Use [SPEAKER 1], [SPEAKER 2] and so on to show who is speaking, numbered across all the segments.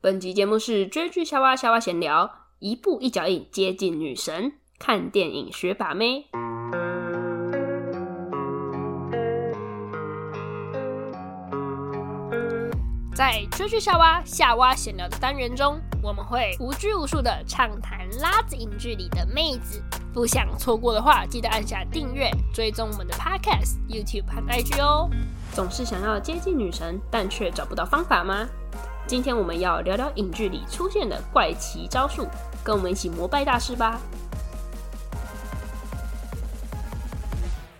[SPEAKER 1] 本集节目是追剧小蛙小蛙闲聊，一步一脚印接近女神，看电影学把妹。在追剧夏娃夏娃闲聊的单元中，我们会无拘无束的畅谈拉子影剧里的妹子。不想错过的话，记得按下订阅，追踪我们的 Podcast、YouTube 和 IG 哦。总是想要接近女神，但却找不到方法吗？今天我们要聊聊影剧里出现的怪奇招数，跟我们一起膜拜大师吧！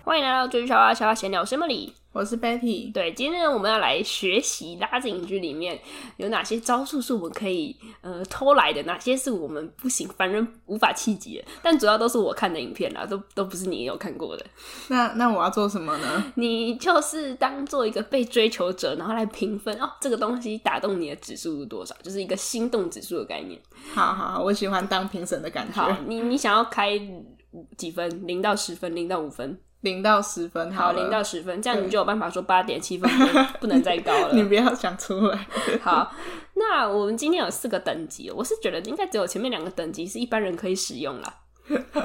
[SPEAKER 1] 欢迎来到追剧小蛙小蛙闲聊，我是 Emily，
[SPEAKER 2] 我是 Betty，
[SPEAKER 1] 对，今天呢我们要来学习拉子影剧里面有哪些招数是我们可以呃偷来的，哪些是我们不行凡人无法企及的。但主要都是我看的影片啦，都都不是你有看过的。
[SPEAKER 2] 那那我要做什 么呢？
[SPEAKER 1] 你就是当做一个被追求者，然后来评分哦，这个东西打动你的指数是多少，就是一个心动指数的概念。
[SPEAKER 2] 好好，好我喜欢当评审的感
[SPEAKER 1] 好
[SPEAKER 2] 觉，，
[SPEAKER 1] 你你想要开几分？零到十分，零到五分，
[SPEAKER 2] 零到十分
[SPEAKER 1] 好，
[SPEAKER 2] 了
[SPEAKER 1] 零到十分，这样你就有办法说八点七分，不不能再高了。
[SPEAKER 2] 你不要想出来。
[SPEAKER 1] 好，那我们今天有四个等级，哦我是觉得应该只有前面两个等级是一般人可以使用啦。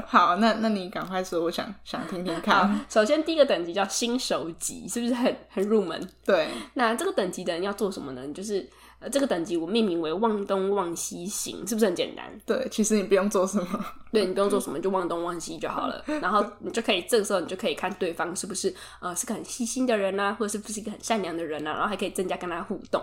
[SPEAKER 2] 好，那那你赶快说，我想想听听看。
[SPEAKER 1] 首先第一个等级叫新手级，是不是很很入门？
[SPEAKER 2] 对，
[SPEAKER 1] 那这个等级的人要做什么呢？就是呃，这个等级我命名为忘东忘西行，是不是很简单？
[SPEAKER 2] 对，其实你不用做什么，
[SPEAKER 1] 对你不用做什么，你就忘东忘西就好了。 然后你就可以这个时候你就可以看对方是不是呃是个很细心的人啊，或者是不是一个很善良的人啊，然后还可以增加跟他互动。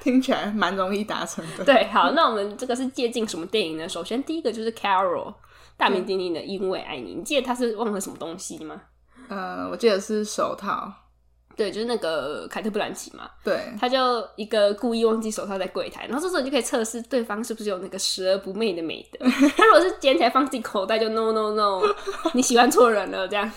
[SPEAKER 2] 听起来蛮容易达成的。
[SPEAKER 1] 对，好，那我们这个是借鉴什么电影呢？首先第一个就是 Carol 大名鼎鼎的《因为爱你》，你记得他是忘了什么东西吗？
[SPEAKER 2] 呃，我记得是手套，
[SPEAKER 1] 对，就是那个凯特·布兰奇嘛，
[SPEAKER 2] 对，
[SPEAKER 1] 他就一个故意忘记手套在柜台，然后这时候你就可以测试对方是不是有那个时而不昧的美德。他如果是捡起来放自己口袋，就 no no no，你喜欢错人了这样。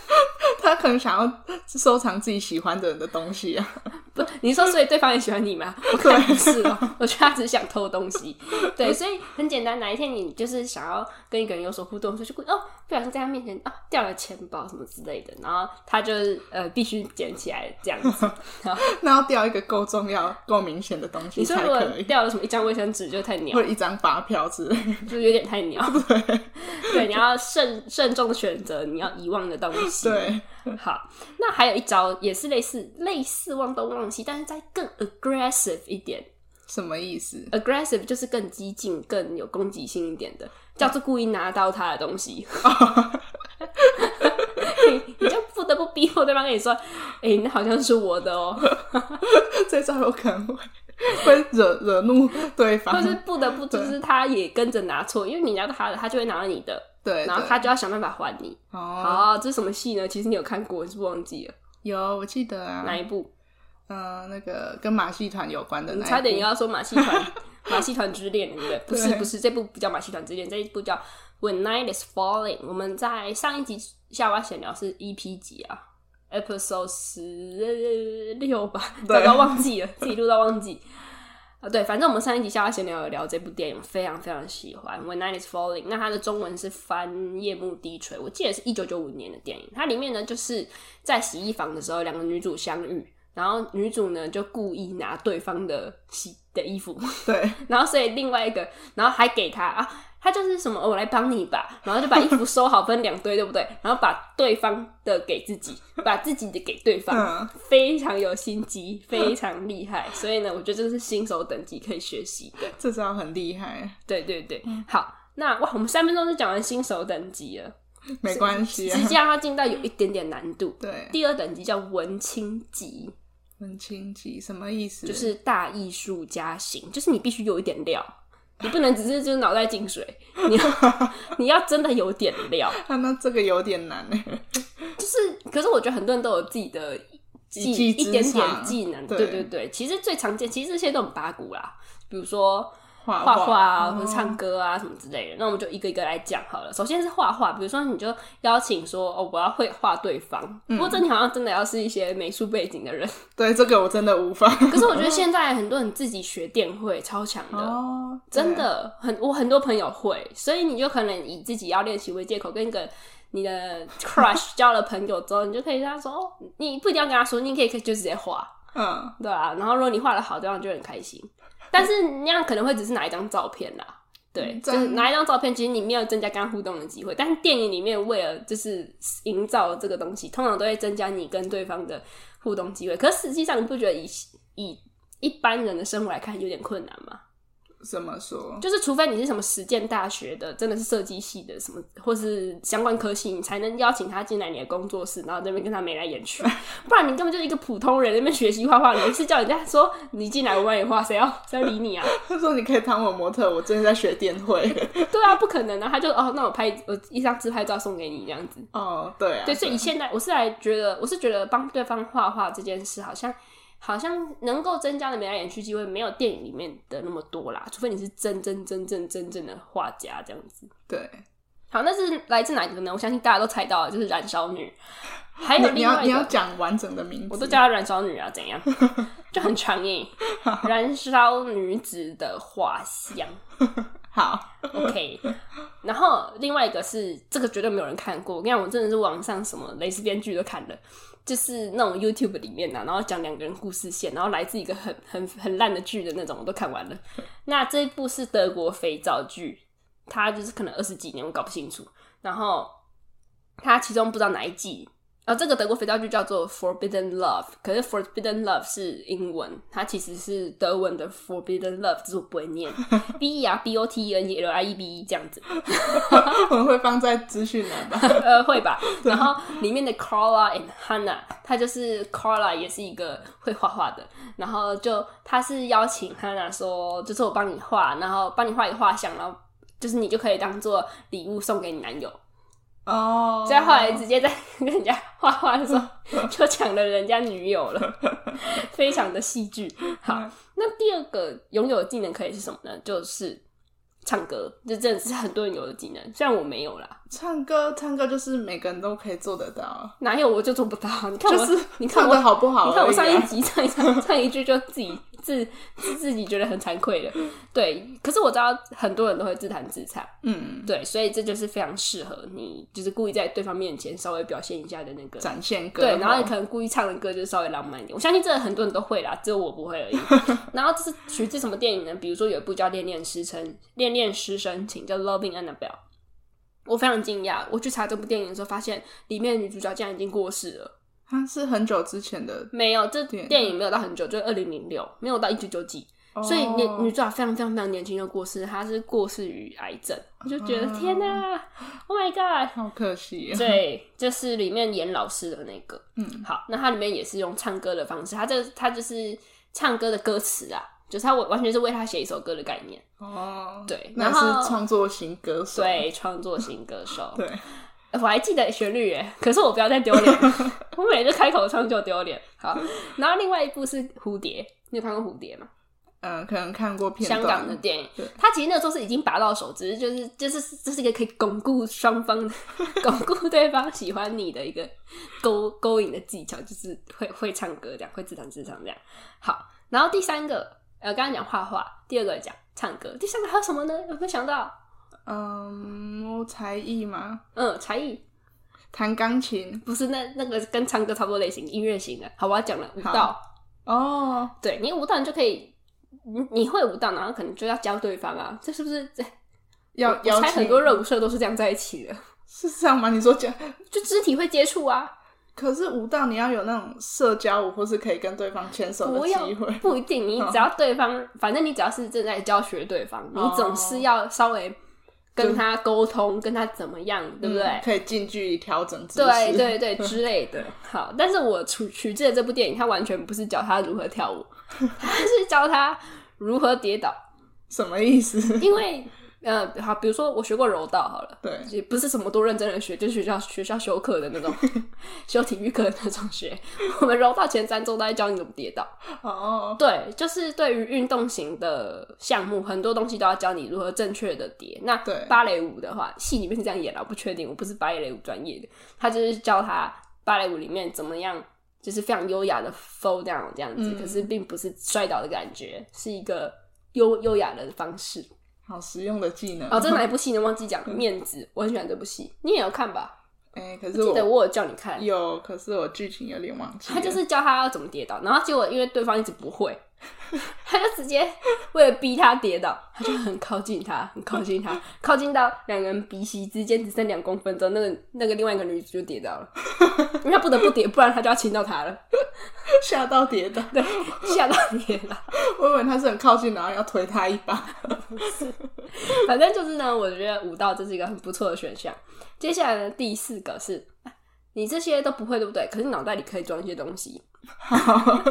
[SPEAKER 2] 他可能想要收藏自己喜欢的人的东西啊。
[SPEAKER 1] 不，你说所以对方也喜欢你吗？我看不 是哦，我觉得他只是想偷东西。对，所以很简单，哪一天你就是想要跟一个人有所互动，所以就故意哦，不小心在他面前啊掉了钱包什么之类的，然后他就是呃必须捡起来这样 子。
[SPEAKER 2] 那要掉一个够重要、够明显的东
[SPEAKER 1] 你
[SPEAKER 2] 西
[SPEAKER 1] 说
[SPEAKER 2] 才
[SPEAKER 1] 如果
[SPEAKER 2] 可以，
[SPEAKER 1] 掉了什么一张卫生纸就太鸟
[SPEAKER 2] 或，者一张发票之类 的。
[SPEAKER 1] 就是有点太 鸟。对，你要慎慎重的选择你要遗忘的东西。
[SPEAKER 2] 对，
[SPEAKER 1] 好，那还有一招也是类似类似忘东忘西，但是再更 aggressive 一点。
[SPEAKER 2] 什么意思？
[SPEAKER 1] aggressive 就是更激进、更有攻击性一点
[SPEAKER 2] 嗯
[SPEAKER 1] 的，叫做故意拿到他的东 西， 你你就不得不逼迫对方跟你说：“哎、那好像是我的 哦。
[SPEAKER 2] 这招有可能会会惹惹 怒对”
[SPEAKER 1] 或
[SPEAKER 2] 方，
[SPEAKER 1] 是不得不就是他也跟着拿错，因为你拿到他的，他就会拿到你的，
[SPEAKER 2] 对，
[SPEAKER 1] 然后
[SPEAKER 2] 对
[SPEAKER 1] 他就要想办法还你。
[SPEAKER 2] 哦，
[SPEAKER 1] 哦，这是什么戏呢？其实你有看过，你是不是忘记了
[SPEAKER 2] 有我记得啊，
[SPEAKER 1] 哪一部？
[SPEAKER 2] 嗯、那个跟马戏团有关的那一
[SPEAKER 1] 你
[SPEAKER 2] 部，
[SPEAKER 1] 差点要说马戏团， 马戏团之恋，对不对？不是
[SPEAKER 2] 对
[SPEAKER 1] 不是，这部不叫马戏团之恋，这一部叫 When Night Is Falling。我们在上一集夏娃闲聊是 EP 几啊？Episode 十六吧，
[SPEAKER 2] 对
[SPEAKER 1] 糟糕忘记了，自己录到忘记。啊，对，反正我们上一集夏娃闲聊有聊这部电影，非常非常喜欢《When Night Is Falling》。那它的中文是翻《夜幕低垂》，我记得是一九九五年的电影。它里面呢，就是在洗衣房的时候，两个女主相遇，然后女主呢就故意拿对方的洗的衣服，
[SPEAKER 2] 对
[SPEAKER 1] 然后所以另外一个，然后还给他啊，他就是什么、哦我来帮你吧，然后就把衣服收好分两堆，对不对？然后把对方的给自己，把自己的给对方，
[SPEAKER 2] 嗯，
[SPEAKER 1] 非常有心机，非常厉害。所以呢，我觉得这是新手等级可以学习的。
[SPEAKER 2] 这招很厉害，
[SPEAKER 1] 对对对，
[SPEAKER 2] 嗯
[SPEAKER 1] 好，那哇，我们三分钟就讲完新手等级了，
[SPEAKER 2] 没关系啊
[SPEAKER 1] 实，际让它进到有一点点难度。
[SPEAKER 2] 对，
[SPEAKER 1] 第二等级叫文青级，
[SPEAKER 2] 文青级什么意思？
[SPEAKER 1] 就是大艺术家型，就是你必须有一点料，你不能只是就是脑袋进水， 你要你要真的有点料。
[SPEAKER 2] 啊，那这个有点难呢，
[SPEAKER 1] 就是，可是我觉得很多人都有自己的技
[SPEAKER 2] 一技
[SPEAKER 1] 一
[SPEAKER 2] 之
[SPEAKER 1] 点点
[SPEAKER 2] 长
[SPEAKER 1] 技能，
[SPEAKER 2] 对
[SPEAKER 1] 对对对。其实最常见，其实这些都很八股啦，比如说
[SPEAKER 2] 画
[SPEAKER 1] 画画啊，
[SPEAKER 2] 哦
[SPEAKER 1] 或者唱歌啊什么之类的。那我们就一个一个来讲好了。首先是画画，比如说你就邀请说哦，我要会画对方。
[SPEAKER 2] 嗯
[SPEAKER 1] 不过这你好像真的要是一些美术背景的人。
[SPEAKER 2] 对，这个我真的无法。
[SPEAKER 1] 可是我觉得现在很多人自己学电绘超强的。
[SPEAKER 2] 哦，
[SPEAKER 1] 真的很，我很多朋友会，所以你就可能以自己要练习为借口，跟一个你的 crush 交了朋友之后，你就可以跟他说，哦，你不一定要跟他说，你可以可以就直接画，
[SPEAKER 2] 嗯，
[SPEAKER 1] 对啊，然后如果你画的好，对方就会很开心。但是那样可能会只是拿一张照片啦，对，
[SPEAKER 2] 嗯
[SPEAKER 1] 就
[SPEAKER 2] 这
[SPEAKER 1] 是
[SPEAKER 2] 样
[SPEAKER 1] 拿一张照片，其实你没有增加跟他互动的机会。但是电影里面为了就是营造这个东西，通常都会增加你跟对方的互动机会。可实际上，你不觉得以以一般人的生活来看有点困难吗？
[SPEAKER 2] 怎么说？
[SPEAKER 1] 就是除非你是什么实践大学的，真的是设计系的什么，或是相关科系，你才能邀请他进来你的工作室，然后这边跟他眉来眼去。不然你根本就是一个普通人，在那边学习画画，你一次叫人家说你进来我帮你画，谁要谁要理你啊？
[SPEAKER 2] 他说你可以当我模特，我最近在学电绘。
[SPEAKER 1] 对啊，不可能啊！他就哦，那我拍我一张自拍照送给你这样子。
[SPEAKER 2] 哦，对啊，
[SPEAKER 1] 对，所以以现在我是来觉得，我是觉得帮对方画画这件事，好像好像能够增加的眉来眼去机会，没有电影里面的那么多啦。除非你是真真真正真正的画家这样子。
[SPEAKER 2] 对，
[SPEAKER 1] 好，那是来自哪一个呢？我相信大家都猜到了，就是燃烧 女。还有
[SPEAKER 2] 你你
[SPEAKER 1] 另
[SPEAKER 2] 要
[SPEAKER 1] 外一
[SPEAKER 2] 你要
[SPEAKER 1] 个，
[SPEAKER 2] 讲完整的名字，
[SPEAKER 1] 我都叫她燃烧女啊，怎样？就很长 耶。燃烧女子的画像
[SPEAKER 2] 好，
[SPEAKER 1] ，OK。然后另外一个是这个绝对没有人看过，我跟你讲，我真的是网上什么蕾丝编剧都看了。就是那种 YouTube 里面呐、啊，然后讲两个人故事线，然后来自一个很很很烂的剧的那种，我都看完了。那这一部是德国肥皂剧，它就是可能二十几年，我搞不清楚。然后它其中不知道哪一季，呃，这个德国肥皂剧叫做《Forbidden Love》，可是《Forbidden Love》是英文，它其实是德文的《Forbidden Love》，只是我不会念，B E R B O T E N E L I E B E 这样子。
[SPEAKER 2] 我们会放在资讯栏吧。
[SPEAKER 1] 呃，会吧。 然后里面的 Carla and Hannah，她就是 Carla 也是一个会画画的，然后就她是邀请 Hannah 说，就是我帮你画，然后帮你画一个画像，然后就是你就可以当做礼物送给你男友。
[SPEAKER 2] 哦，
[SPEAKER 1] 所以后来直接在 跟人家画画的时 候，就抢了人家女友了，非常的戏剧。好
[SPEAKER 2] 嗯，
[SPEAKER 1] 那第二个拥有的技能可以是什么呢？就是唱歌，这真的是很多人有的技能，虽然我没有啦。
[SPEAKER 2] 唱歌，唱歌就是每个人都可以做得到，
[SPEAKER 1] 哪有我就做不到？啊你看我，
[SPEAKER 2] 就是
[SPEAKER 1] 你看
[SPEAKER 2] 唱
[SPEAKER 1] 我，
[SPEAKER 2] 的好不好而已啊？
[SPEAKER 1] 你看我上一集、上一 上上一句就自己自自自己觉得很惭愧了。对，可是我知道很多人都会自弹自唱，
[SPEAKER 2] 嗯，
[SPEAKER 1] 对，所以这就是非常适合你，就是故意在对方面前稍微表现一下的那个。
[SPEAKER 2] 展现歌
[SPEAKER 1] 对，
[SPEAKER 2] 喉
[SPEAKER 1] 然后你可能故意唱的歌就稍微浪漫一点，我相信这个很多人都会啦，只有我不会而 已。然后这是取自什么电影呢？比如说有一部叫《恋恋失声》，《恋恋失声情》叫《Loving Annabelle》，我非常惊讶，我去查这部电影的时候，发现里面的女主角竟然已经过世了。
[SPEAKER 2] 它是很久之前的，
[SPEAKER 1] 没有，这
[SPEAKER 2] 电影
[SPEAKER 1] 电影没有到很久，就二零零六，没有到一九九几，
[SPEAKER 2] 哦
[SPEAKER 1] 所以女女主角非常非常非常年轻就过世，她是过世于癌症，我就觉得、
[SPEAKER 2] 啊
[SPEAKER 1] 天哪，Oh my god！
[SPEAKER 2] 好可惜，，啊
[SPEAKER 1] 对，就是里面演老师的那个，
[SPEAKER 2] 嗯，
[SPEAKER 1] 好，那它里面也是用唱歌的方式，它这它就是唱歌的歌词啊，就是它完完全是为他写一首歌的概念，
[SPEAKER 2] 哦，
[SPEAKER 1] 对
[SPEAKER 2] 那
[SPEAKER 1] 然后
[SPEAKER 2] 是创作型歌手，
[SPEAKER 1] 对，创作型歌手，
[SPEAKER 2] 对，
[SPEAKER 1] 我还记得旋律耶，可是我不要再丢脸， 我每次开口唱就丢脸。好，然后另外一部是蝴蝶，你有看过蝴蝶吗？
[SPEAKER 2] 嗯，可能看过片
[SPEAKER 1] 香
[SPEAKER 2] 段，
[SPEAKER 1] 港的电影
[SPEAKER 2] 对，
[SPEAKER 1] 他其实那时候是已经拔到手，只是就是就是这是一个可以巩固双方 的、巩固对方喜欢你的一个勾勾引的技巧，就是会会唱歌这样，会自弹自唱这样。好，然后第三个，呃，刚刚讲画画，第二个讲唱歌，第三个还有什么呢？有没有想到？
[SPEAKER 2] 嗯，我才艺吗？
[SPEAKER 1] 嗯，才艺
[SPEAKER 2] 弹钢琴，
[SPEAKER 1] 不是那那个跟唱歌差不多类型，音乐型的。好，我要讲了舞蹈
[SPEAKER 2] 好，哦，
[SPEAKER 1] 对你舞蹈你就可以，你你会舞蹈，然后可能就要教对方啊，这是不是？
[SPEAKER 2] 要
[SPEAKER 1] 我
[SPEAKER 2] 邀
[SPEAKER 1] 猜
[SPEAKER 2] 请
[SPEAKER 1] 很多热舞社都是这样在一起的，
[SPEAKER 2] 是这样吗？你说讲，
[SPEAKER 1] 就肢体会接触啊，
[SPEAKER 2] 可是舞蹈你要有那种社交舞，或是可以跟对方牵手
[SPEAKER 1] 不
[SPEAKER 2] 的
[SPEAKER 1] 要
[SPEAKER 2] 机会，
[SPEAKER 1] 不一定，你只要对方，反正你只要是正在教学对方，你
[SPEAKER 2] 哦
[SPEAKER 1] 总是要稍微跟他沟通，跟他怎么样，对不对？
[SPEAKER 2] 嗯可以近距离调整姿势，
[SPEAKER 1] 对对对之类的。好，但是我取取自的这部电影，它完全不是教他如何跳 舞，它是教他如何跌倒，
[SPEAKER 2] 什么意思？
[SPEAKER 1] 因为。呃，好，比如说我学过柔道好了，
[SPEAKER 2] 对
[SPEAKER 1] 也不是什么多认真的学，就是学校学校修课的那种， 修体育课的那种学。我们柔道前三周都在教你怎么跌倒，
[SPEAKER 2] 哦，
[SPEAKER 1] 对，就是对于运动型的项目，很多东西都要教你如何正确的叠。那
[SPEAKER 2] 对
[SPEAKER 1] 芭蕾舞的话，戏里面是这样演的，我不确定，我不是芭蕾舞专业的，他就是教他芭蕾舞里面怎么样，就是非常优雅的 fall down 这样子，
[SPEAKER 2] 嗯
[SPEAKER 1] 可是并不是摔倒的感觉，是一个优优雅的方式。
[SPEAKER 2] 好实用的技能啊
[SPEAKER 1] 哦，这哪一部戏呢？忘记讲了，面子，我很喜欢这部戏，你也有看吧？
[SPEAKER 2] 哎、可是
[SPEAKER 1] 记得
[SPEAKER 2] 我
[SPEAKER 1] 我有叫你看，
[SPEAKER 2] 有，可是我剧情有点忘记了。
[SPEAKER 1] 他就是教他要怎么跌倒，然后结果因为对方一直不会， 他就直接为了逼他跌倒，他就很靠近他，很靠近他，靠近到两个人鼻息之间只剩两公分之后，那个那个另外一个女子就跌倒了， 因为她不得不跌，不然他就要亲到她了，
[SPEAKER 2] 吓到跌倒，
[SPEAKER 1] 对， 吓到你了。
[SPEAKER 2] 我以为他是很靠近，然后要推他一把。
[SPEAKER 1] 反正就是呢，我觉得舞蹈这是一个很不错的选项。接下来呢，第四个是，啊你这些都不会，对不对？可是脑袋里可以装一些东西，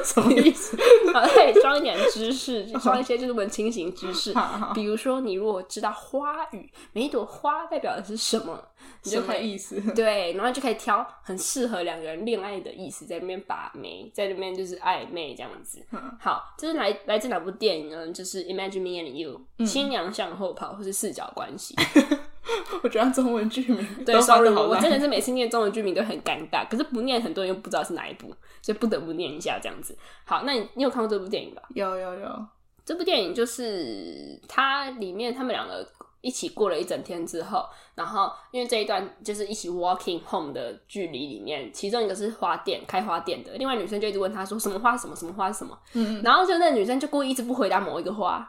[SPEAKER 2] 什么意思？
[SPEAKER 1] 脑袋里装一点知识，装一些就是文清醒知 识。
[SPEAKER 2] 好好
[SPEAKER 1] 比如说，你如果知道花语，每一朵花代表的是什 么，你
[SPEAKER 2] 什
[SPEAKER 1] 就
[SPEAKER 2] 么
[SPEAKER 1] 可以
[SPEAKER 2] 意思？
[SPEAKER 1] 对，然后就可以挑很适合两个人恋爱的意思，在那边把妹，在那边就是暧昧这样子。
[SPEAKER 2] 嗯
[SPEAKER 1] 好，这是来来自哪部电影呢？就是《Imagine Me and You》新
[SPEAKER 2] 嗯
[SPEAKER 1] 娘向后跑，或是四角关 系。
[SPEAKER 2] 我觉得中文剧名
[SPEAKER 1] 对
[SPEAKER 2] 都翻
[SPEAKER 1] ，sorry，
[SPEAKER 2] 得好
[SPEAKER 1] 我我真
[SPEAKER 2] 烂。
[SPEAKER 1] 的是每次念中文剧名都很尴尬，可是不念很多人又不知道是哪一部，所以不得不念一下这样子。好，那你你有看过这部电影吧？
[SPEAKER 2] 有有有，
[SPEAKER 1] 这部电影就是它里面他们两个一起过了一整天之后，然后因为这一段就是一起 walking home 的距离里面，其中一个是花店开花店的，另外女生就一直问他说什么花什么什么花什么，
[SPEAKER 2] 嗯，
[SPEAKER 1] 然后就那女生就故意一直不回答某一个花，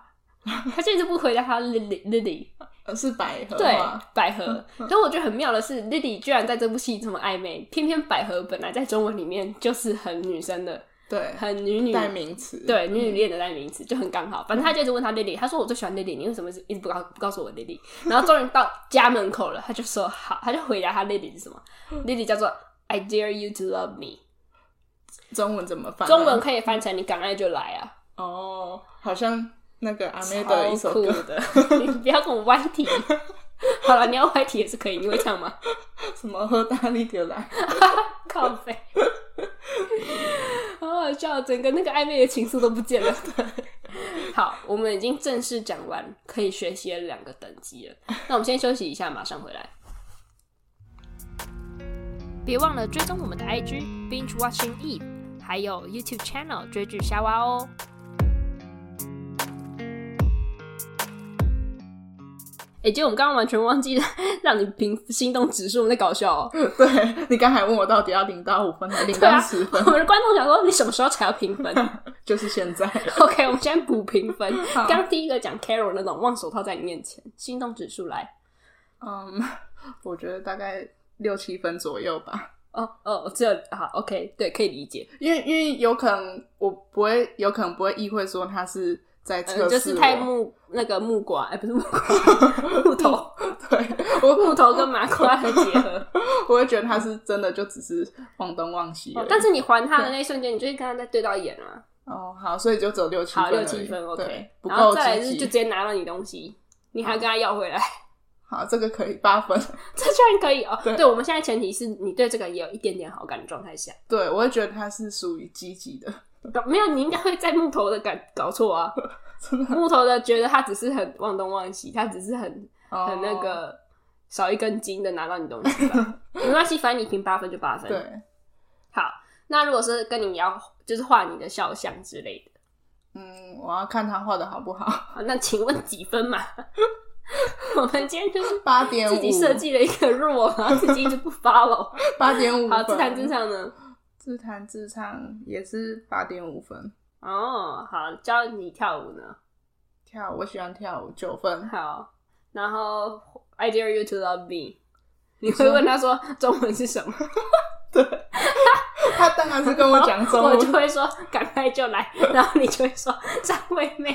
[SPEAKER 1] 她就一直不回答她 Lily Lily。
[SPEAKER 2] 呃是百合
[SPEAKER 1] 对
[SPEAKER 2] 吗，
[SPEAKER 1] 百合。所以我觉得很妙的是，Lily 居然在这部戏这么暧昧，偏偏百合本来在中文里面就是很女生的，
[SPEAKER 2] 对，
[SPEAKER 1] 很女女。
[SPEAKER 2] 代名词。
[SPEAKER 1] 对，女女恋的代名词就很刚好。反正他
[SPEAKER 2] 嗯
[SPEAKER 1] 就一直问他 Lily，他说我最喜欢 Lily，你为什么一直不告不告诉我 Lily？然后终于到家门口了，他就说好，他就回答他 Lily 是什么？Lily
[SPEAKER 2] 嗯
[SPEAKER 1] 叫做 I dare you to love me，
[SPEAKER 2] 中文怎么翻啊？
[SPEAKER 1] 中文可以翻成你敢爱就来啊。
[SPEAKER 2] 哦，好像那个阿妹
[SPEAKER 1] 超
[SPEAKER 2] 的一首
[SPEAKER 1] 酷
[SPEAKER 2] 歌，
[SPEAKER 1] 的， 你不要跟我歪 题。好了，你要歪题也是可以，你会唱吗？
[SPEAKER 2] 什么喝大力的来，
[SPEAKER 1] 靠背，好好笑，整个那个暧昧的情愫都不见了。 好，我们已经正式讲完可以学习的两个等级了，那我们先休息一下，马上回来。
[SPEAKER 3] 别忘了追踪我们的 IG binge watching eve，还有 YouTube channel 追剧夏娃哦。
[SPEAKER 1] 哎、结果我们刚刚完全忘记了 让你评心动指数，我们在搞笑哦。
[SPEAKER 2] 对你刚才问我到底要零到五分还是零
[SPEAKER 1] 对啊
[SPEAKER 2] 到十，分
[SPEAKER 1] 我，们的观众想说你什么时候才要评分
[SPEAKER 2] 就是现 在。
[SPEAKER 1] ？OK，我们现在补评分。
[SPEAKER 2] 好
[SPEAKER 1] 刚刚第一个讲 Carol 那种忘手套在你面前，心动指数来。
[SPEAKER 2] 嗯，我觉得大概六七分左右吧，
[SPEAKER 1] 哦哦，只有好 OK，对，可以理解。
[SPEAKER 2] 因为因为有可能我不会，有可能不会意会说他是在测试我、
[SPEAKER 1] 嗯，就是太木那个木瓜，哎、不是木 瓜，木头，
[SPEAKER 2] 对，
[SPEAKER 1] 木头跟麻瓜的结 合。
[SPEAKER 2] 我会觉得他是真的就只是忘东忘西而
[SPEAKER 1] 哦
[SPEAKER 2] 已、
[SPEAKER 1] 但是你还他的那一瞬间，你就会跟他再对到眼啊。
[SPEAKER 2] 哦，好，所以就只有六七分
[SPEAKER 1] 好，
[SPEAKER 2] 而已，
[SPEAKER 1] 六七分
[SPEAKER 2] 对
[SPEAKER 1] OK，
[SPEAKER 2] 不
[SPEAKER 1] 然后
[SPEAKER 2] 够
[SPEAKER 1] 再来
[SPEAKER 2] 积
[SPEAKER 1] 就是
[SPEAKER 2] 极。
[SPEAKER 1] 就直接拿了你东西，你还跟他要回来，
[SPEAKER 2] 好，这个可以八分。
[SPEAKER 1] 这居然可以哦。
[SPEAKER 2] 对
[SPEAKER 1] 对，我们现在前提是你对这个也有一点点好感的状态下，
[SPEAKER 2] 对，我会觉得他是属于积极的，
[SPEAKER 1] 搞没有你应该会在木头的感搞错啊。
[SPEAKER 2] 真的
[SPEAKER 1] 木头的觉得他只是很忘东忘西，他只是很
[SPEAKER 2] 哦
[SPEAKER 1] 很那个少一根筋的拿到你东西 吧。没关系，反正你评八分就八分。
[SPEAKER 2] 对，
[SPEAKER 1] 好，那如果是跟你要就是画你的肖像之类的，
[SPEAKER 2] 嗯，我要看他画的好不好，
[SPEAKER 1] 好那请问几分嘛？ 我们今天就是
[SPEAKER 2] 八点五，
[SPEAKER 1] 自己设计了一个弱，然后自己一直不 follow。
[SPEAKER 2] 八点 五分。
[SPEAKER 1] 好，自弹自唱呢？
[SPEAKER 2] 自弹自唱也是八点五分。
[SPEAKER 1] 哦，好，教你跳舞呢。
[SPEAKER 2] 跳舞，我喜欢跳舞，九分。
[SPEAKER 1] 好，然后 I dare you to love me。你会问他说中文是什么？
[SPEAKER 2] 他当然是跟我讲 中
[SPEAKER 1] 我就
[SPEAKER 2] 文，
[SPEAKER 1] 会说赶快就来，然后你就会说张惠 妹。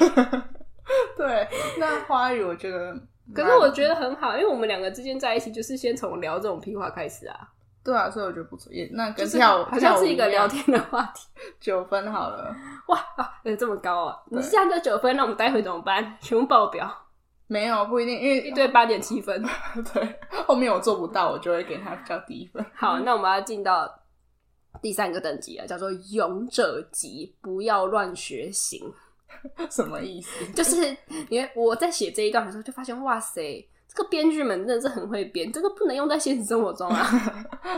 [SPEAKER 2] 对。那花语我觉得 蛮，
[SPEAKER 1] 可是我觉得很好，因为我们两个之间在一起就是先从聊这种屁话开始啊。
[SPEAKER 2] 对啊，所以我觉得不错，也那
[SPEAKER 1] 就
[SPEAKER 2] 跟
[SPEAKER 1] 是
[SPEAKER 2] 跳舞
[SPEAKER 1] 好像是一个聊天的话题。
[SPEAKER 2] 九分好了，
[SPEAKER 1] 哇，啊呃、这么高啊！你
[SPEAKER 2] 对
[SPEAKER 1] 现在就九分，那我们待会怎么办？全部爆表，
[SPEAKER 2] 没有不一定，因
[SPEAKER 1] 一
[SPEAKER 2] 为
[SPEAKER 1] 对八点七分。
[SPEAKER 2] 对后面我做不到，我就会给他比较低分。
[SPEAKER 1] 好，那我们要进到第三个等级了，叫做勇者级，不要乱学行。
[SPEAKER 2] 什么意思？
[SPEAKER 1] 就是因为我在写这一段的时候，就发现哇塞，这个编剧们真的是很会编，这个不能用在现实生活中啊。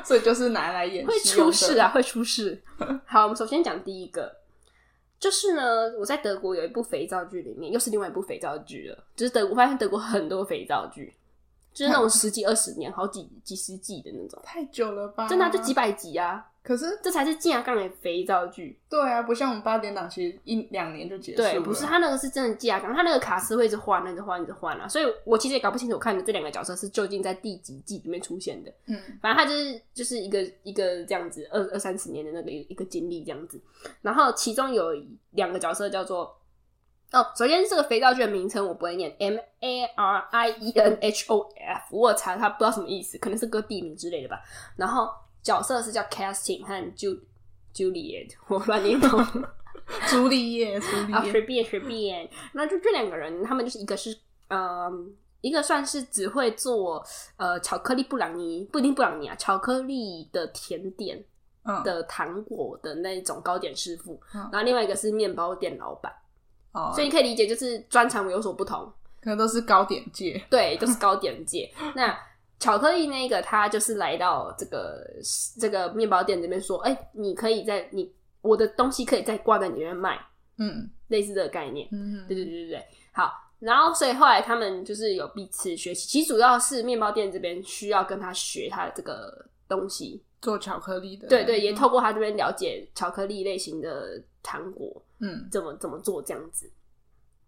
[SPEAKER 2] 所以就是拿来演
[SPEAKER 1] 会
[SPEAKER 2] 戏
[SPEAKER 1] 出事啊，！会出事。 好，我们首先讲第一个，就是呢，我在德国有一部肥皂剧里面，又是另外一部肥皂剧了，就是德国发现德国很多肥皂剧，就是那种十几二十年、好几几十季的那种，
[SPEAKER 2] 太久了吧？
[SPEAKER 1] 真的啊、就几。百集啊，
[SPEAKER 2] 可是，
[SPEAKER 1] 这才是架杠的肥皂剧。
[SPEAKER 2] 对啊，不像我们八点档，其实一两年就结束了。
[SPEAKER 1] 对，不是他那个是真的架杠，他那个卡斯会一直换，一直换，一直换啊。所以我其实也搞不清楚，我看的这两个角色是究竟在第几季里面出现的。
[SPEAKER 2] 嗯，
[SPEAKER 1] 反正他就是就是一个一个这样子二二三十年的那个一一个经历这样子。然后其中有两个角色叫做哦，首先这个肥皂剧的名称我不会念，M A R I E N H O F，我有查它不知道什么意思，可能是个地名之类的吧。然后角色是叫 Casting 和 Ju Juliet，我乱念头。
[SPEAKER 2] 朱丽叶，朱
[SPEAKER 1] 啊，
[SPEAKER 2] 丽
[SPEAKER 1] 随
[SPEAKER 2] 叶，
[SPEAKER 1] 便随便。那就这两个人，他们就是一个是嗯、一个算是只会做呃巧克力布朗尼，不一定布朗尼啊，巧克力的甜点
[SPEAKER 2] 嗯，
[SPEAKER 1] 的糖果的那种糕点师傅，
[SPEAKER 2] 嗯
[SPEAKER 1] 然后另外一个是面包店老板，
[SPEAKER 2] 哦，
[SPEAKER 1] 所以你可以理解就是专长有所不同，
[SPEAKER 2] 可能都是糕点界，
[SPEAKER 1] 对，都是糕点界。那巧克力那个他就是来到这个这个面包店这边说，哎、你可以在你我的东西可以在挂在里面卖，
[SPEAKER 2] 嗯
[SPEAKER 1] 类似这个概念。
[SPEAKER 2] 嗯，
[SPEAKER 1] 对对对对对，好。然后，所以后来他们就是有彼此学习，其实主要是面包店这边需要跟他学他的这个东西，
[SPEAKER 2] 做巧克力的，嗯
[SPEAKER 1] 对对，也透过他这边了解巧克力类型的糖果
[SPEAKER 2] 嗯，
[SPEAKER 1] 怎么怎么做这样子。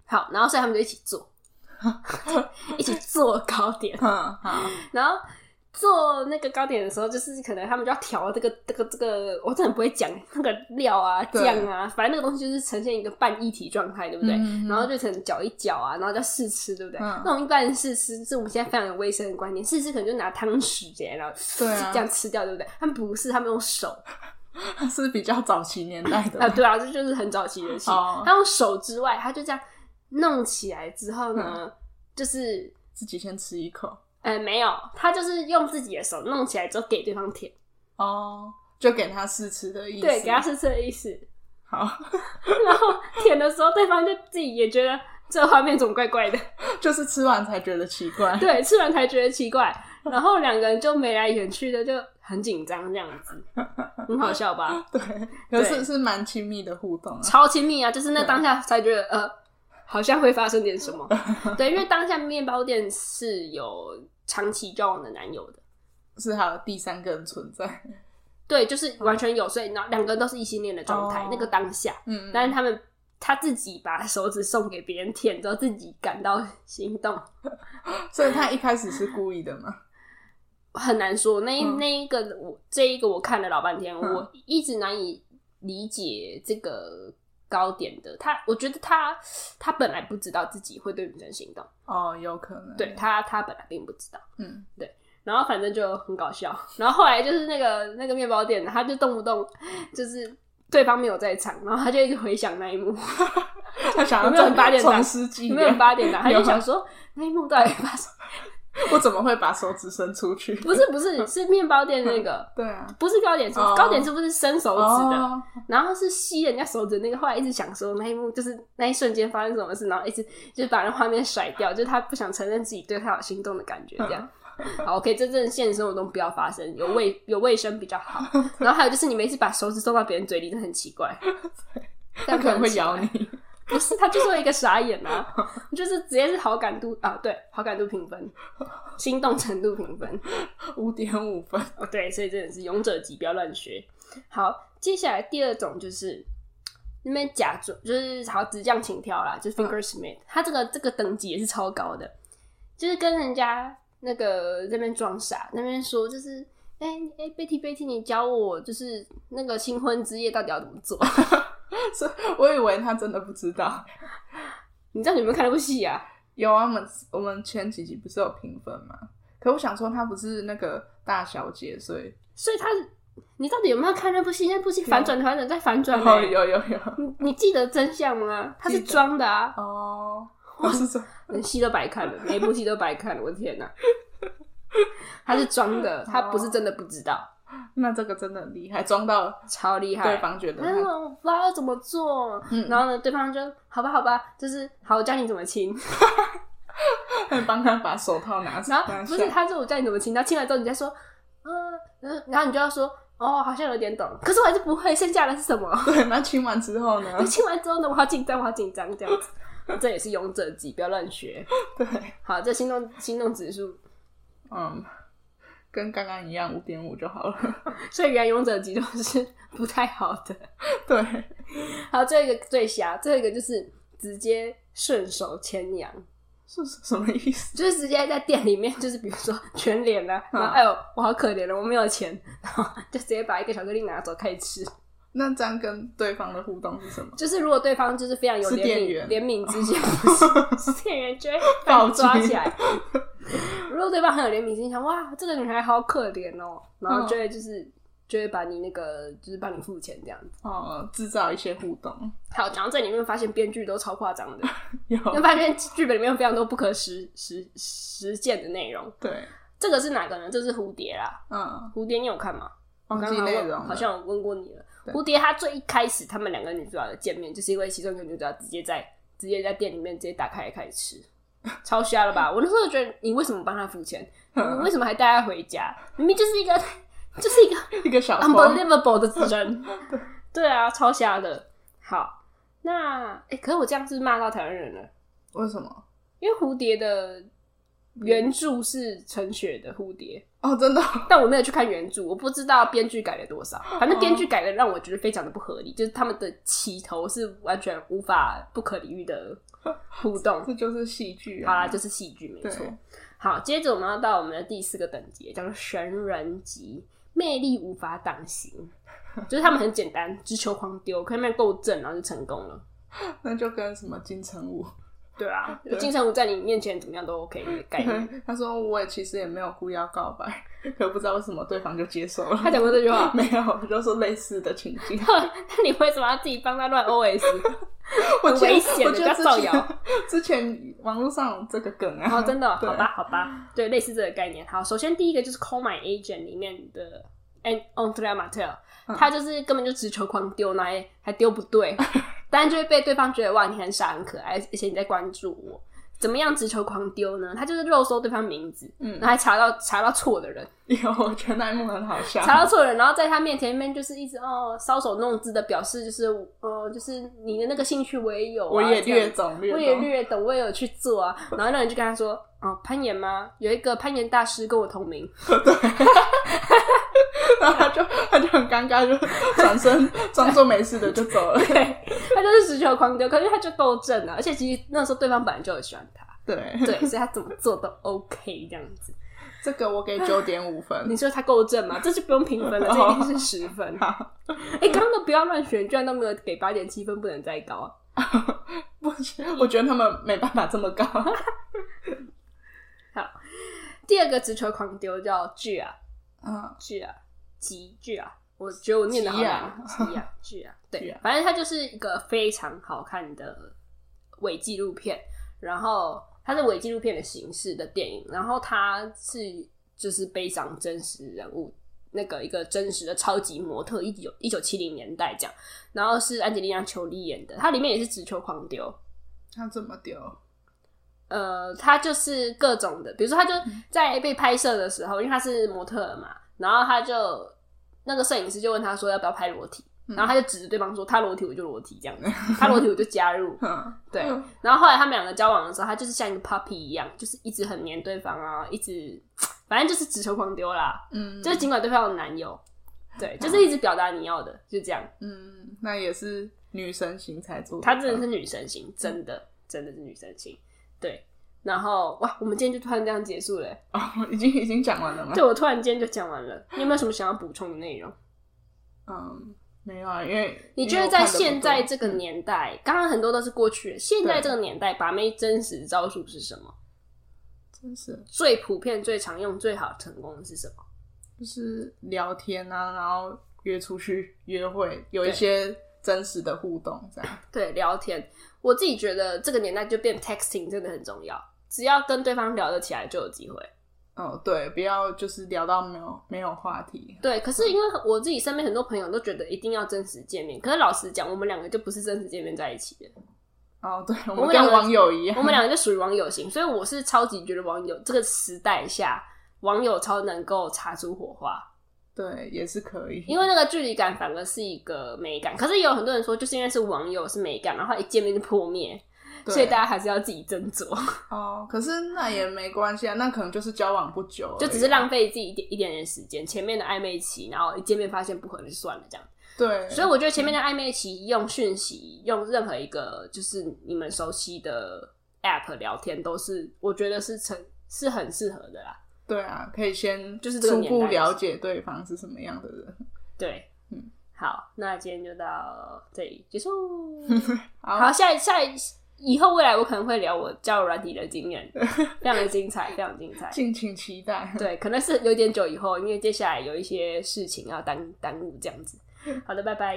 [SPEAKER 1] 好，然后所以他们就一起做，一起做糕点，
[SPEAKER 2] 嗯，好，
[SPEAKER 1] 然后做那个糕点的时候，就是可能他们就要调这个这个这个，我真的不会讲那个料啊
[SPEAKER 2] 对
[SPEAKER 1] 酱啊，反正那个东西就是呈现一个半一体状态，对不对？
[SPEAKER 2] 嗯
[SPEAKER 1] 然后就可能搅一搅啊，然后叫试吃，对不对？
[SPEAKER 2] 嗯
[SPEAKER 1] 那种一般人试吃是我们现在非常有卫生的观念，试吃可能就拿汤匙直接然后
[SPEAKER 2] 对 啊
[SPEAKER 1] 这样吃掉，对不对？他们不是，他们用手啊、
[SPEAKER 2] 是比较早期年代的，
[SPEAKER 1] 对啊，这就是很早期的事。
[SPEAKER 2] 哦
[SPEAKER 1] 他用手之外，他就这样弄起来之后呢，
[SPEAKER 2] 嗯
[SPEAKER 1] 就是
[SPEAKER 2] 自己先吃一口，
[SPEAKER 1] 呃没有，他就是用自己的手弄起来之后给对方舔。
[SPEAKER 2] 哦，就给他试吃的意思，
[SPEAKER 1] 对，给他试吃的意思。
[SPEAKER 2] 好，
[SPEAKER 1] 然后舔的时候，对方就自己也觉得这画面怎么怪怪的，
[SPEAKER 2] 就是吃完才觉得奇怪，
[SPEAKER 1] 对，吃完才觉得奇怪。然后两个人就眉来眼去的，就很紧张这样子，很好笑吧？
[SPEAKER 2] 对，可
[SPEAKER 1] 对
[SPEAKER 2] 是是蛮亲密的互动啊，
[SPEAKER 1] 超亲密啊，就是那当下才觉得呃，好像会发生点什么。对，因为当下面包店是有长期交往的男友的，
[SPEAKER 2] 是他的第三个人存在，
[SPEAKER 1] 对，就是完全有，所以然后两个人都是异性恋的状态，
[SPEAKER 2] 哦
[SPEAKER 1] 那个当下。
[SPEAKER 2] 嗯，
[SPEAKER 1] 但是他们他自己把手指送给别人舔之后，自己感到心动，
[SPEAKER 2] 所以他一开始是故意的嘛，
[SPEAKER 1] 很难说。那一
[SPEAKER 2] 嗯
[SPEAKER 1] 那一个我这一个我看了老半天，
[SPEAKER 2] 嗯
[SPEAKER 1] 我一直难以理解这个高点的他。我觉得他他本来不知道自己会对女生心动，
[SPEAKER 2] 哦，有可能，
[SPEAKER 1] 对，他他本来并不知道。
[SPEAKER 2] 嗯，
[SPEAKER 1] 然后反正就很搞笑。然后后来就是那个那个面包店的，他就动不动就是对方没有在场，然后他就一直回想那一幕。
[SPEAKER 2] 他想
[SPEAKER 1] 有
[SPEAKER 2] 要
[SPEAKER 1] 没有
[SPEAKER 2] 再
[SPEAKER 1] 很八点档
[SPEAKER 2] 重施纪
[SPEAKER 1] 有没有
[SPEAKER 2] 念，
[SPEAKER 1] 八点档？他就
[SPEAKER 2] 有啊
[SPEAKER 1] 想说那一幕到底发生？
[SPEAKER 2] 我怎么会把手指伸出去？
[SPEAKER 1] 不是不是，是面包店那个，
[SPEAKER 2] 对啊，
[SPEAKER 1] 不是糕点师傅，
[SPEAKER 2] 哦
[SPEAKER 1] 糕点师傅是伸手指的，
[SPEAKER 2] 哦，
[SPEAKER 1] 然后是吸人家手指那个。后来一直想说那一幕就是那一瞬间发生什么事，然后一直就是把那画面甩掉，就是他不想承认自己对他有心动的感觉这 样。好，OK，这真的现实生活中不要发生，有卫有卫生比较好。然后还有就是，你每次把手指送到别人嘴里，真的很奇怪。
[SPEAKER 2] 他
[SPEAKER 1] 但
[SPEAKER 2] 可能会
[SPEAKER 1] 很奇怪
[SPEAKER 2] 咬你，
[SPEAKER 1] 不是，他就是会一个傻眼啊，就是直接是好感度啊，对，好感度评分，心动程度评分。
[SPEAKER 2] 五点五分，
[SPEAKER 1] 哦，对，所以真的是勇者级，不要乱学。好，接下来第二种就是那边假装，就是好纸匠情挑啦，就是
[SPEAKER 2] 嗯
[SPEAKER 1] fingersmith，、他这个这个等级也是超高的，就是跟人家那个这边装傻，那边说就是。哎、哎、贝蒂贝蒂，你教我就是那个新婚之夜到底要怎么做？
[SPEAKER 2] 所以我以为他真的不知道。
[SPEAKER 1] 你知道你有没有看那部戏啊？
[SPEAKER 2] 有啊，我们我们前几集不是有评分吗？可我想说，她不是那个大小姐，所以
[SPEAKER 1] 所以他，你到底有没有看那部戏？那部戏反转、反转再反转、
[SPEAKER 2] 哦，
[SPEAKER 1] 欸，
[SPEAKER 2] 有有有，
[SPEAKER 1] 你你记得真相吗？他是
[SPEAKER 2] 记得
[SPEAKER 1] 装的啊，
[SPEAKER 2] 哦，我是说，
[SPEAKER 1] 连戏都白看了，每一部戏都白看了，我的天哪！他是装的，他不是真的不知道，
[SPEAKER 2] 那这个真的很厉害，装到
[SPEAKER 1] 超厉害。
[SPEAKER 2] 对方觉得
[SPEAKER 1] 他说
[SPEAKER 2] 他
[SPEAKER 1] 我不知道要怎么做，
[SPEAKER 2] 嗯
[SPEAKER 1] 然后呢，对方就好吧好吧，就是好，我教你怎么 亲。
[SPEAKER 2] 还帮他把手套拿
[SPEAKER 1] 然
[SPEAKER 2] 拿
[SPEAKER 1] 后
[SPEAKER 2] 下，
[SPEAKER 1] 不是，他说我教你怎么亲，他亲了之后，你再说，嗯、嗯，然后你就要说，哦，好像有点懂，可是我还是不会，剩下的是什么？
[SPEAKER 2] 对，那亲完之后呢？
[SPEAKER 1] 亲完之后呢，我好紧张，我好紧张，这样子，这也是勇者级，不要乱学。
[SPEAKER 2] 对，
[SPEAKER 1] 好，这心动心动指数
[SPEAKER 2] 嗯，跟刚刚一样五点五就好了。
[SPEAKER 1] 所以原来勇者集中是 不太好的。
[SPEAKER 2] 对，
[SPEAKER 1] 还有最后一个最瞎，最后一个就是直接顺手牵羊，
[SPEAKER 2] 是是什么意思？
[SPEAKER 1] 就是直接在店里面，就是比如说全脸啦、然
[SPEAKER 2] 嗯
[SPEAKER 1] 后哎呦我好可怜了，我没有钱，然后就直接把一个巧克力拿走开始吃。
[SPEAKER 2] 那这样跟对方的互动是什么？
[SPEAKER 1] 就是如果对方就是非常有
[SPEAKER 2] 是
[SPEAKER 1] 怜
[SPEAKER 2] 店
[SPEAKER 1] 悯
[SPEAKER 2] 员
[SPEAKER 1] 怜悯 之心，不是是店员就会把你抓起来。如果对方很有怜悯之心，想哇这个女孩好可怜哦，然
[SPEAKER 2] 嗯
[SPEAKER 1] 后就会就是、就会把你那个就是帮你付钱这样子。
[SPEAKER 2] 哦，制造一些互动。
[SPEAKER 1] 好，讲到这里，你会发现编剧都超夸张的，
[SPEAKER 2] 有
[SPEAKER 1] 你会发现剧本里面有非常多不可实实实践的内容。
[SPEAKER 2] 对，
[SPEAKER 1] 这个是哪个呢？这是蝴蝶啦，
[SPEAKER 2] 嗯，
[SPEAKER 1] 蝴蝶你有看吗？我
[SPEAKER 2] 忘
[SPEAKER 1] 刚
[SPEAKER 2] 记
[SPEAKER 1] 刚
[SPEAKER 2] 内
[SPEAKER 1] 问
[SPEAKER 2] 容了
[SPEAKER 1] 好像有问过你了。
[SPEAKER 2] 对
[SPEAKER 1] 蝴蝶她最一开始，她们两个女主角的见面，就是因为其中一个女主角直接在直接在店里面直接打开来开始吃，超瞎了吧？我那时候就觉得，你为什么帮她付钱？你为什么还带她回家？明明就是一个就是一 个
[SPEAKER 2] 一个小
[SPEAKER 1] 啊
[SPEAKER 2] 偷
[SPEAKER 1] unbelievable 的 人，对啊，超瞎的。好，那哎、诶可是我这样是骂到台湾人了，
[SPEAKER 2] 为什么？
[SPEAKER 1] 因为蝴蝶的原著是陈雪的蝴蝶，
[SPEAKER 2] 哦，真的，
[SPEAKER 1] 但我没有去看原著，我不知道编剧改了多少。反正编剧改的让我觉得非常的不合理，就是他们的起头是完全无法不可理喻的互动。
[SPEAKER 2] 这就是戏剧
[SPEAKER 1] 好
[SPEAKER 2] 啊。
[SPEAKER 1] 啦，就是戏剧没错
[SPEAKER 2] 对。
[SPEAKER 1] 好，接着我们要到我们的第四个等级，叫做神人级，魅力无法挡 行，就是他们很简单，只求狂丢，可以面够正，然后就成功了。
[SPEAKER 2] 那就跟什么金城武，
[SPEAKER 1] 对啊，
[SPEAKER 2] 对
[SPEAKER 1] 金城武在你面前怎么样都 OK 的概念。
[SPEAKER 2] 他说我也其实也没有故意要告白， 可不知道为什么对方就接受了。
[SPEAKER 1] 他讲过这句话
[SPEAKER 2] 没有，我就说类似的情 境。
[SPEAKER 1] 那你为什么要自己帮他 乱 OS？
[SPEAKER 2] 我觉得
[SPEAKER 1] 危险的
[SPEAKER 2] 我觉得
[SPEAKER 1] 不要造
[SPEAKER 2] 之前
[SPEAKER 1] 谣
[SPEAKER 2] 之前网络上有这个梗啊，
[SPEAKER 1] 哦，真的哦，
[SPEAKER 2] 对
[SPEAKER 1] 好吧，好吧，对，类似这个概念。好，首先第一个就是 Call My Agent 里面的 An Andrea Martel，
[SPEAKER 2] 嗯
[SPEAKER 1] 他就是根本就直球狂丢，然后还还丢不 对，当然就会被对方觉得哇，你很傻，很可爱，而且你在关注我。怎么样直球狂丢呢？他就是肉搜对方名字，
[SPEAKER 2] 嗯
[SPEAKER 1] 然后还查到查到错的人，
[SPEAKER 2] 有，我觉得那一幕很好笑。
[SPEAKER 1] 查到错的人，然后在他面前面就是一直哦搔首弄姿的表示，就是呃，就是你的那个兴趣我也有、啊，
[SPEAKER 2] 我也
[SPEAKER 1] 这样
[SPEAKER 2] 略懂略
[SPEAKER 1] 我也
[SPEAKER 2] 懂，
[SPEAKER 1] 略懂，我也有去做 啊。然后那人就跟他说：“哦，攀岩吗？有一个攀岩大师跟我同名，
[SPEAKER 2] 然 后他就他就很尴尬，就转 身装作没事的就走了。
[SPEAKER 1] 对他就是直球狂丢，可是他就够正啊。而且其实那时候对方本来就很喜欢 他，
[SPEAKER 2] 对，
[SPEAKER 1] 对，所以他怎么做都 OK 这样子。
[SPEAKER 2] 这个我给九点五
[SPEAKER 1] 你
[SPEAKER 2] 分。
[SPEAKER 1] 说他够正吗？这就不用评 分了，这一定是十分。哎、
[SPEAKER 2] 哦好，
[SPEAKER 1] 刚刚都不要乱选，居然都没有给八点七分，不能再高啊。
[SPEAKER 2] 不行，我觉得他们没办法这 么高。
[SPEAKER 1] 第二个直球狂丢叫 G 啊
[SPEAKER 2] 嗯，
[SPEAKER 1] G 啊吉 G 啊。我觉得我念的好难，吉 啊 G 啊，对，反正它就是一个非常好看的伪纪录片，然后它是伪纪录片的形式的电影，然后它是就是悲伤真实人物那个一个真实的超级模特，一九一九七零年代这样，然后是安吉丽娜·裘丽演的，它里面也是直球狂丢。
[SPEAKER 2] 他怎么丢？
[SPEAKER 1] 呃，他就是各种的，比如说他就
[SPEAKER 2] 嗯
[SPEAKER 1] 在被拍摄的时候，因为他是模特儿嘛，然后他就那个摄影师就问他说要不要拍裸体，
[SPEAKER 2] 嗯
[SPEAKER 1] 然后他就指着对方说他裸体我就裸体 这样子，他裸体我就加入，
[SPEAKER 2] 嗯，
[SPEAKER 1] 对
[SPEAKER 2] 嗯。
[SPEAKER 1] 然后后来他们两个交往的时候，他就是像一个 puppy 一样，就是一直很黏对方啊，一直反正就是直球狂丢啦，
[SPEAKER 2] 嗯，
[SPEAKER 1] 就是尽管对方有男友，对，就是一直表达你要的，就这样。
[SPEAKER 2] 嗯，那也是女神型才做。
[SPEAKER 1] 她真的是女神
[SPEAKER 2] 嗯
[SPEAKER 1] 型，真的真的是女神型，对。然后哇，我们今天就突然这样结束了欸。
[SPEAKER 2] 哦，已经已经讲完了吗？
[SPEAKER 1] 对，我突然间就讲完了。你有没有什么想要补充的内容？
[SPEAKER 2] 嗯，没有啊，因为
[SPEAKER 1] 你
[SPEAKER 2] 因
[SPEAKER 1] 觉
[SPEAKER 2] 为
[SPEAKER 1] 得
[SPEAKER 2] 我
[SPEAKER 1] 在
[SPEAKER 2] 看得不
[SPEAKER 1] 现
[SPEAKER 2] 多
[SPEAKER 1] 在这个年代，刚刚很多都是过去的，现在
[SPEAKER 2] 对
[SPEAKER 1] 这个年代，把妹真实招数是什么？
[SPEAKER 2] 真是
[SPEAKER 1] 最普遍、最常用、最好成功的是什么？
[SPEAKER 2] 就是聊天啊，然后约出去约会，有一些真实的互动，这样
[SPEAKER 1] 对，聊天。我自己觉得这个年代就变 texting 真的很重要，只要跟对方聊得起来就有机会。
[SPEAKER 2] 哦，对，不要就是聊到没有没有话题，
[SPEAKER 1] 对，可是因为我自己身边很多朋友都觉得一定要真实见面，可是老实讲，我们两个就不是真实见面在一起的。
[SPEAKER 2] 哦，对，
[SPEAKER 1] 我们
[SPEAKER 2] 我们
[SPEAKER 1] 两
[SPEAKER 2] 跟
[SPEAKER 1] 个
[SPEAKER 2] 网友一样，
[SPEAKER 1] 我们两个就属于网友型，所以我是超级觉得网友这个时代下，网友超能够擦出火花，
[SPEAKER 2] 对也是可以，
[SPEAKER 1] 因为那个距离感反而是一个美感。可是也有很多人说，就是因为是网友是美感，然后一见面就破灭。
[SPEAKER 2] 对
[SPEAKER 1] 所以大家还是要自己斟酌，
[SPEAKER 2] 哦，可是那也没关系啊，那可能就是交往不久而已啊，
[SPEAKER 1] 就只是浪费自己一点一点点时间。前面的暧昧期，然后一见面发现不合就算了这样。
[SPEAKER 2] 对，
[SPEAKER 1] 所以我觉得前面的暧昧期用讯息，用任何一个就是你们熟悉的 app 聊天，都是我觉得是成是很适合的啦。
[SPEAKER 2] 对啊，可以先
[SPEAKER 1] 就是这个
[SPEAKER 2] 初
[SPEAKER 1] 年
[SPEAKER 2] 步
[SPEAKER 1] 代
[SPEAKER 2] 了解对方是什么样的人。
[SPEAKER 1] 对，
[SPEAKER 2] 嗯，
[SPEAKER 1] 好，那今天就到这里结束。
[SPEAKER 2] 好
[SPEAKER 1] 好，下一下一以后未来我可能会聊我交友软体的经验，非常的精彩， 非常精彩。
[SPEAKER 2] 敬请期待。
[SPEAKER 1] 对，可能是有点久以后，因为接下来有一些事情要耽耽误这样子。好的，拜拜。